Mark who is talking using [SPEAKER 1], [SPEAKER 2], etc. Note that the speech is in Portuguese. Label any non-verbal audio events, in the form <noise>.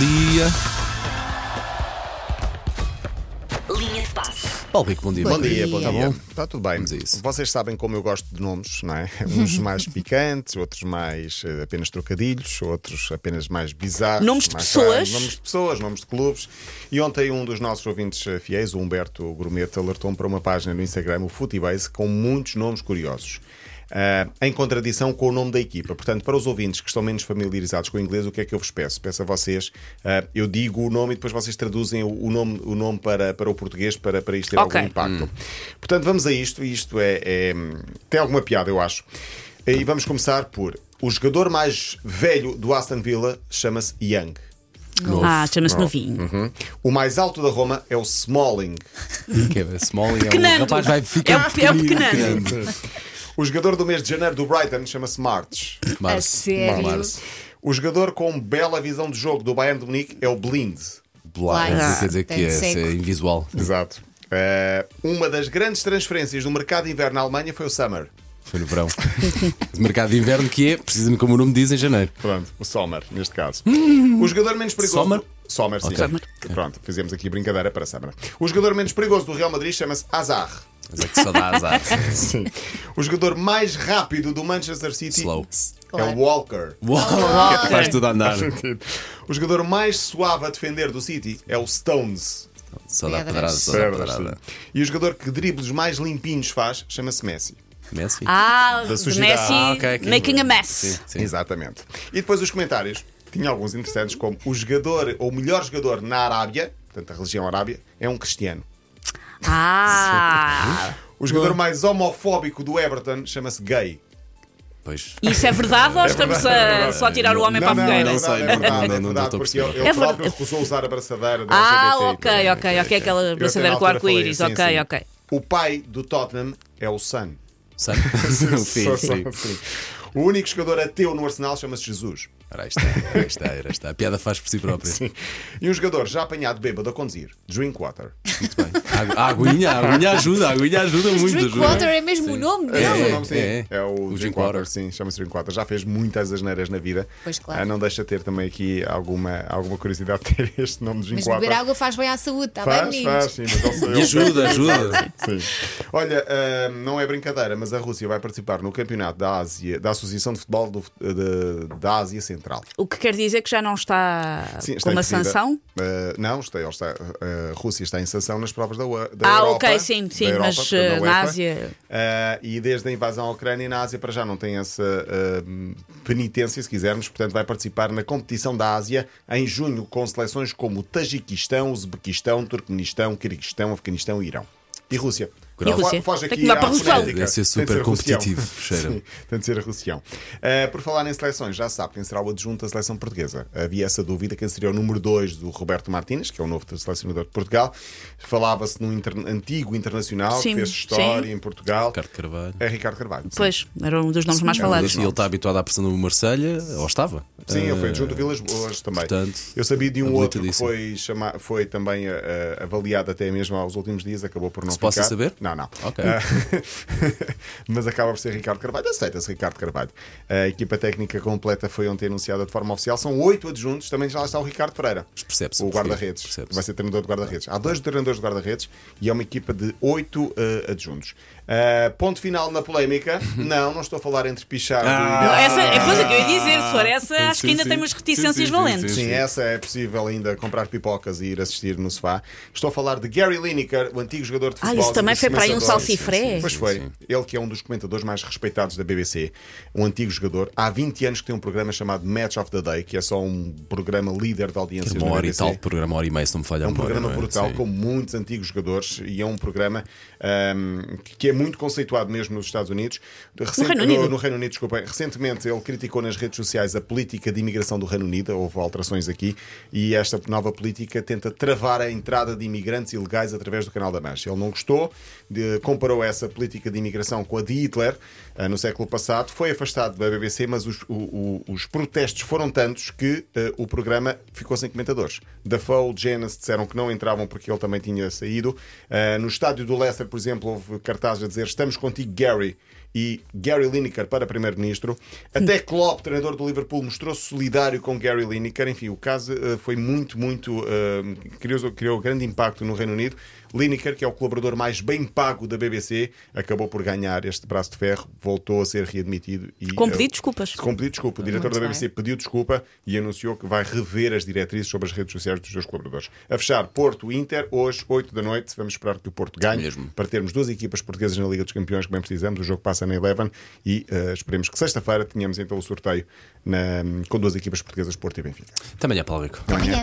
[SPEAKER 1] Linha.
[SPEAKER 2] Linha de passe.
[SPEAKER 1] Paulo Rico, bom dia.
[SPEAKER 3] Bom dia, bom
[SPEAKER 1] Tá
[SPEAKER 3] dia.
[SPEAKER 1] bom?
[SPEAKER 3] Está tudo bem.
[SPEAKER 1] Vamos a isso.
[SPEAKER 3] Vocês sabem como eu gosto de nomes, não é? <laughs> Uns mais picantes, outros mais eh, apenas trocadilhos, outros apenas mais bizarros.
[SPEAKER 2] Nomes de
[SPEAKER 3] mais
[SPEAKER 2] pessoas.
[SPEAKER 3] estranhos, Nomes de pessoas, nomes de clubes. E ontem um dos nossos ouvintes eh, fiéis, o Humberto Grumete, alertou-me para uma página no Instagram, o Footybase, com muitos nomes curiosos. ah, em contradição com o nome da equipa. Portanto, para os ouvintes que estão menos familiarizados com o inglês, o que é que eu vos peço? Peço a vocês, ah, eu digo o nome e depois vocês traduzem o, o nome, o nome para, para o português para, para isto ter
[SPEAKER 2] Ok.
[SPEAKER 3] algum impacto. Portanto, vamos a isto. Isto é, é- tem alguma piada, eu acho. E vamos começar por o jogador mais velho do Aston Villa chama-se Young.
[SPEAKER 2] Ah, chama-se novinho.
[SPEAKER 3] O mais alto da Roma é o Smalling.
[SPEAKER 1] Que é Smalling, é um
[SPEAKER 2] Pequenando.
[SPEAKER 1] rapaz vai ficar
[SPEAKER 2] É um- é um
[SPEAKER 1] pequenino,
[SPEAKER 2] pequenando.
[SPEAKER 3] O jogador do mês de janeiro do Brighton chama-se March.
[SPEAKER 1] Março,
[SPEAKER 4] A sério?
[SPEAKER 1] Março.
[SPEAKER 3] O jogador com bela visão de jogo do Bayern de Munique é o Blind.
[SPEAKER 1] Blind,
[SPEAKER 4] Ah,
[SPEAKER 1] quer dizer
[SPEAKER 4] tem
[SPEAKER 1] que é,
[SPEAKER 4] de seco.
[SPEAKER 1] é invisual.
[SPEAKER 3] Exato. Eh, uma das grandes transferências do mercado de inverno na Alemanha foi o Summer.
[SPEAKER 1] Foi no verão. <laughs> De mercado de inverno que é, precisamente como o nome diz, em janeiro.
[SPEAKER 3] Pronto, o Sommer, neste caso. o jogador menos perigoso.
[SPEAKER 1] Sommer?
[SPEAKER 3] Sommer, sim.
[SPEAKER 1] Ok.
[SPEAKER 2] Sommer.
[SPEAKER 3] Pronto, fizemos aqui brincadeira para Sommer. O jogador menos perigoso do Real Madrid chama-se Azar.
[SPEAKER 1] Mas é que só dá azar.
[SPEAKER 3] Sim. O jogador mais rápido do Manchester City
[SPEAKER 1] Slow.
[SPEAKER 3] é o
[SPEAKER 4] Claro.
[SPEAKER 3] Walker.
[SPEAKER 1] Uau, faz tudo a andar.
[SPEAKER 3] O jogador mais suave a defender do City é o Stones.
[SPEAKER 1] Só dá
[SPEAKER 4] Pedras.
[SPEAKER 1] pedrada, só dá pedrada.
[SPEAKER 3] E o jogador que dribles mais limpinhos faz chama-se Messi.
[SPEAKER 1] Messi?
[SPEAKER 2] Ah,
[SPEAKER 3] Da
[SPEAKER 2] de
[SPEAKER 3] sujidade.
[SPEAKER 2] Messi
[SPEAKER 1] Ah, ok, aqui.
[SPEAKER 2] making a mess.
[SPEAKER 1] Sim, sim.
[SPEAKER 3] Exatamente. E depois os comentários. Tinha alguns interessantes, como o jogador, ou o melhor jogador na Arábia, portanto a religião Arábia, é um cristiano.
[SPEAKER 2] Ah,
[SPEAKER 3] O jogador mais homofóbico do Everton chama-se gay.
[SPEAKER 1] Pois.
[SPEAKER 2] isso é verdade ou estamos a
[SPEAKER 3] verdade.
[SPEAKER 2] só tirar o homem para a
[SPEAKER 1] não,
[SPEAKER 2] fogueira?
[SPEAKER 1] não,
[SPEAKER 3] é
[SPEAKER 1] sei,
[SPEAKER 3] verdade,
[SPEAKER 1] não, não,
[SPEAKER 3] é
[SPEAKER 1] não, não
[SPEAKER 3] verdade,
[SPEAKER 1] estou a
[SPEAKER 3] porque ele,
[SPEAKER 1] perceber.
[SPEAKER 3] ele
[SPEAKER 2] É
[SPEAKER 3] próprio
[SPEAKER 2] verdade.
[SPEAKER 3] recusou usar a braçadeira da
[SPEAKER 2] Ah,
[SPEAKER 3] LGBT.
[SPEAKER 2] ok, ok, ok. Aquela
[SPEAKER 3] é? Eu
[SPEAKER 2] braçadeira
[SPEAKER 3] até
[SPEAKER 2] com
[SPEAKER 3] na altura
[SPEAKER 2] arco-íris.
[SPEAKER 3] falei, sim, sim.
[SPEAKER 2] Ok, ok.
[SPEAKER 3] O pai do Tottenham é o Sun.
[SPEAKER 1] Sabe? O filho, sim.
[SPEAKER 3] O único jogador ateu no Arsenal chama-se Jesus.
[SPEAKER 1] Ora, aí está, ora, aí está, ora, aí está. A piada faz por si própria.
[SPEAKER 3] E um jogador já apanhado bêbado a conduzir, Drinkwater.
[SPEAKER 1] Muito bem. A, a aguinha, a aguinha ajuda, a aguinha ajuda muito.
[SPEAKER 4] Drinkwater
[SPEAKER 1] ajuda.
[SPEAKER 4] é mesmo o nome
[SPEAKER 3] É,
[SPEAKER 4] dele.
[SPEAKER 3] o nome, sim.
[SPEAKER 1] é.
[SPEAKER 3] É
[SPEAKER 1] O
[SPEAKER 3] o,
[SPEAKER 1] Drinkwater.
[SPEAKER 3] Drinkwater, sim, chama-se Drinkwater. Já fez muitas asneiras na vida.
[SPEAKER 4] Pois, claro.
[SPEAKER 3] Ah, não deixa de ter também aqui alguma, alguma curiosidade de ter este nome de
[SPEAKER 4] Mas
[SPEAKER 3] Drinkwater.
[SPEAKER 4] beber água faz bem à saúde, está bem,
[SPEAKER 3] Faz,
[SPEAKER 4] meninos?
[SPEAKER 3] faz, sim, mas ele-
[SPEAKER 1] E ajuda, ajuda.
[SPEAKER 3] Sim. Olha, ahm, não é brincadeira, mas a Rússia vai participar no campeonato da Ásia, da Associação de Futebol do- de- da Ásia Central.
[SPEAKER 2] O que quer dizer que já não está,
[SPEAKER 3] Sim, está
[SPEAKER 2] com uma
[SPEAKER 3] impedida.
[SPEAKER 2] sanção?
[SPEAKER 3] Ah, não, está, ele está- ah, a Rússia está em sanção nas provas da, Ua- da
[SPEAKER 2] Ah,
[SPEAKER 3] Europa.
[SPEAKER 2] ok, sim, sim,
[SPEAKER 3] da Europa,
[SPEAKER 2] mas,
[SPEAKER 3] portanto, da
[SPEAKER 2] ah, na
[SPEAKER 3] UEFA.
[SPEAKER 2] Ásia-
[SPEAKER 3] Ah, e desde a invasão à Ucrânia, na Ásia para já não tem essa ah, penitência, se quisermos. Portanto, vai participar na competição da Ásia em junho, com seleções como Tajiquistão, Uzbequistão, Turquemenistão, Quirguistão, Afeganistão e Irão. E Rússia.
[SPEAKER 1] E
[SPEAKER 2] Rússia?
[SPEAKER 3] Foge
[SPEAKER 2] Tem que
[SPEAKER 3] aqui
[SPEAKER 2] ir lá
[SPEAKER 3] à
[SPEAKER 2] para a Rússia.
[SPEAKER 3] política.
[SPEAKER 1] Deve ser
[SPEAKER 3] Tem de
[SPEAKER 1] super
[SPEAKER 3] Rússia.
[SPEAKER 1] competitivo, cheira-me.
[SPEAKER 3] Sim. Tem de ser a Russião. Uh, por falar em seleções, já sabe quem será o adjunto da seleção portuguesa. Havia essa dúvida quem seria o número 2 do Roberto Martínez, que é o novo selecionador de Portugal. Falava-se num interna- antigo internacional
[SPEAKER 2] Sim,
[SPEAKER 3] que fez história
[SPEAKER 2] sim.
[SPEAKER 3] em
[SPEAKER 1] <laughs>
[SPEAKER 3] Portugal.
[SPEAKER 1] Ricardo Carvalho.
[SPEAKER 3] É Ricardo Carvalho. sim.
[SPEAKER 2] Pois, era um dos nomes mais
[SPEAKER 1] É um
[SPEAKER 2] falados.
[SPEAKER 1] dos- E ele está habituado à pressão do Marselha ou estava?
[SPEAKER 3] Sim, ele foi
[SPEAKER 1] Ah,
[SPEAKER 3] adjunto do Vilas Boas também.
[SPEAKER 1] portanto,
[SPEAKER 3] eu sabia de um outro que
[SPEAKER 1] habilitadíssimo.
[SPEAKER 3] foi, chama- foi também ah, ah, avaliado até mesmo aos últimos dias, acabou por não
[SPEAKER 1] Se
[SPEAKER 3] ficar.
[SPEAKER 1] possa saber?
[SPEAKER 3] Não, não.
[SPEAKER 1] Ok.
[SPEAKER 3] Ah, <laughs> mas acaba por ser Ricardo Carvalho. Aceita-se Ricardo Carvalho. A equipa técnica completa foi ontem anunciada de forma oficial. São oito adjuntos, também já lá está o Ricardo Pereira.
[SPEAKER 1] Mas percebe-se,
[SPEAKER 3] O
[SPEAKER 1] percebe,
[SPEAKER 3] guarda-redes.
[SPEAKER 1] percebe-se.
[SPEAKER 3] Vai ser treinador de guarda-redes. Há dois treinadores de guarda-redes e é uma equipa de oito ah, adjuntos. Ah, ponto final
[SPEAKER 1] <laughs>
[SPEAKER 3] na polémica. não, não estou a falar entre Pichardo
[SPEAKER 1] Ah.
[SPEAKER 3] e
[SPEAKER 2] Não, Essa é a coisa que eu ia dizer. Se for essa,
[SPEAKER 1] Sim,
[SPEAKER 2] acho que ainda
[SPEAKER 1] sim.
[SPEAKER 2] tem umas
[SPEAKER 1] Sim,
[SPEAKER 2] reticências
[SPEAKER 1] sim, sim,
[SPEAKER 2] valentes.
[SPEAKER 1] sim.
[SPEAKER 3] Sim, essa é possível ainda comprar pipocas e ir assistir no sofá. Estou a falar de Gary Lineker, o antigo jogador de
[SPEAKER 2] Ah,
[SPEAKER 3] futebol.
[SPEAKER 2] isso também
[SPEAKER 3] e
[SPEAKER 2] foi para aí um
[SPEAKER 3] comentador.
[SPEAKER 2] salsifré. Sim, sim,
[SPEAKER 3] Pois
[SPEAKER 1] sim,
[SPEAKER 3] foi.
[SPEAKER 1] sim.
[SPEAKER 3] Ele que é um dos comentadores mais respeitados da BBC, um antigo jogador. Há 20 anos que tem um programa chamado Match of the Day, que é só um programa líder de audiências
[SPEAKER 1] Uma
[SPEAKER 3] da
[SPEAKER 1] hora e
[SPEAKER 3] BBC.
[SPEAKER 1] tal de programa, uma hora e meia, se não me falha
[SPEAKER 3] É
[SPEAKER 1] a
[SPEAKER 3] um
[SPEAKER 1] memória,
[SPEAKER 3] programa
[SPEAKER 1] não é?
[SPEAKER 3] brutal,
[SPEAKER 1] Sim.
[SPEAKER 3] com muitos antigos jogadores, e é um programa ahm, que é muito conceituado mesmo nos Estados Unidos. Recent-
[SPEAKER 2] Reino Unido.
[SPEAKER 3] No, no Reino Unido, desculpem. Recentemente ele criticou nas redes sociais a política de imigração do Reino Unido, houve alterações aqui, e esta nova política tenta travar a entrada de imigrantes ilegais através do Canal da Mancha. Ele não gostou, de- comparou essa política de imigração com a de Hitler ah, no século passado, foi afastado da BBC, mas os, o- o- os protestos foram tantos que ah, o programa ficou sem comentadores. Dafoe, Janice disseram que não entravam porque ele também tinha saído. Ah, no estádio do Leicester, por exemplo, houve cartazes a dizer: Estamos contigo, Gary. e Gary Lineker para primeiro-ministro. Até Klopp, treinador do Liverpool, mostrou-se solidário com Gary Lineker. Enfim, o caso eh, foi muito, muito. eh, criou, criou grande impacto no Reino Unido. Lineker, que é o colaborador mais bem pago da BBC, acabou por ganhar este braço de ferro, voltou a ser readmitido. E,
[SPEAKER 2] Com pedido
[SPEAKER 3] eh,
[SPEAKER 2] de desculpas.
[SPEAKER 3] Com pedido de desculpa. O diretor
[SPEAKER 4] Muito
[SPEAKER 3] da BBC pediu desculpa e anunciou que vai rever as diretrizes sobre as redes sociais dos seus colaboradores. A fechar, Porto Inter, hoje, 8 da noite. Vamos esperar que o Porto ganhe
[SPEAKER 1] Mesmo.
[SPEAKER 3] para termos duas equipas portuguesas na Liga dos Campeões que bem precisamos. O jogo passa na Eleven e eh, esperemos que sexta-feira tenhamos então o sorteio na- com duas equipas portuguesas, Porto e Benfica.
[SPEAKER 1] Também é pálvico.
[SPEAKER 4] Amanhã.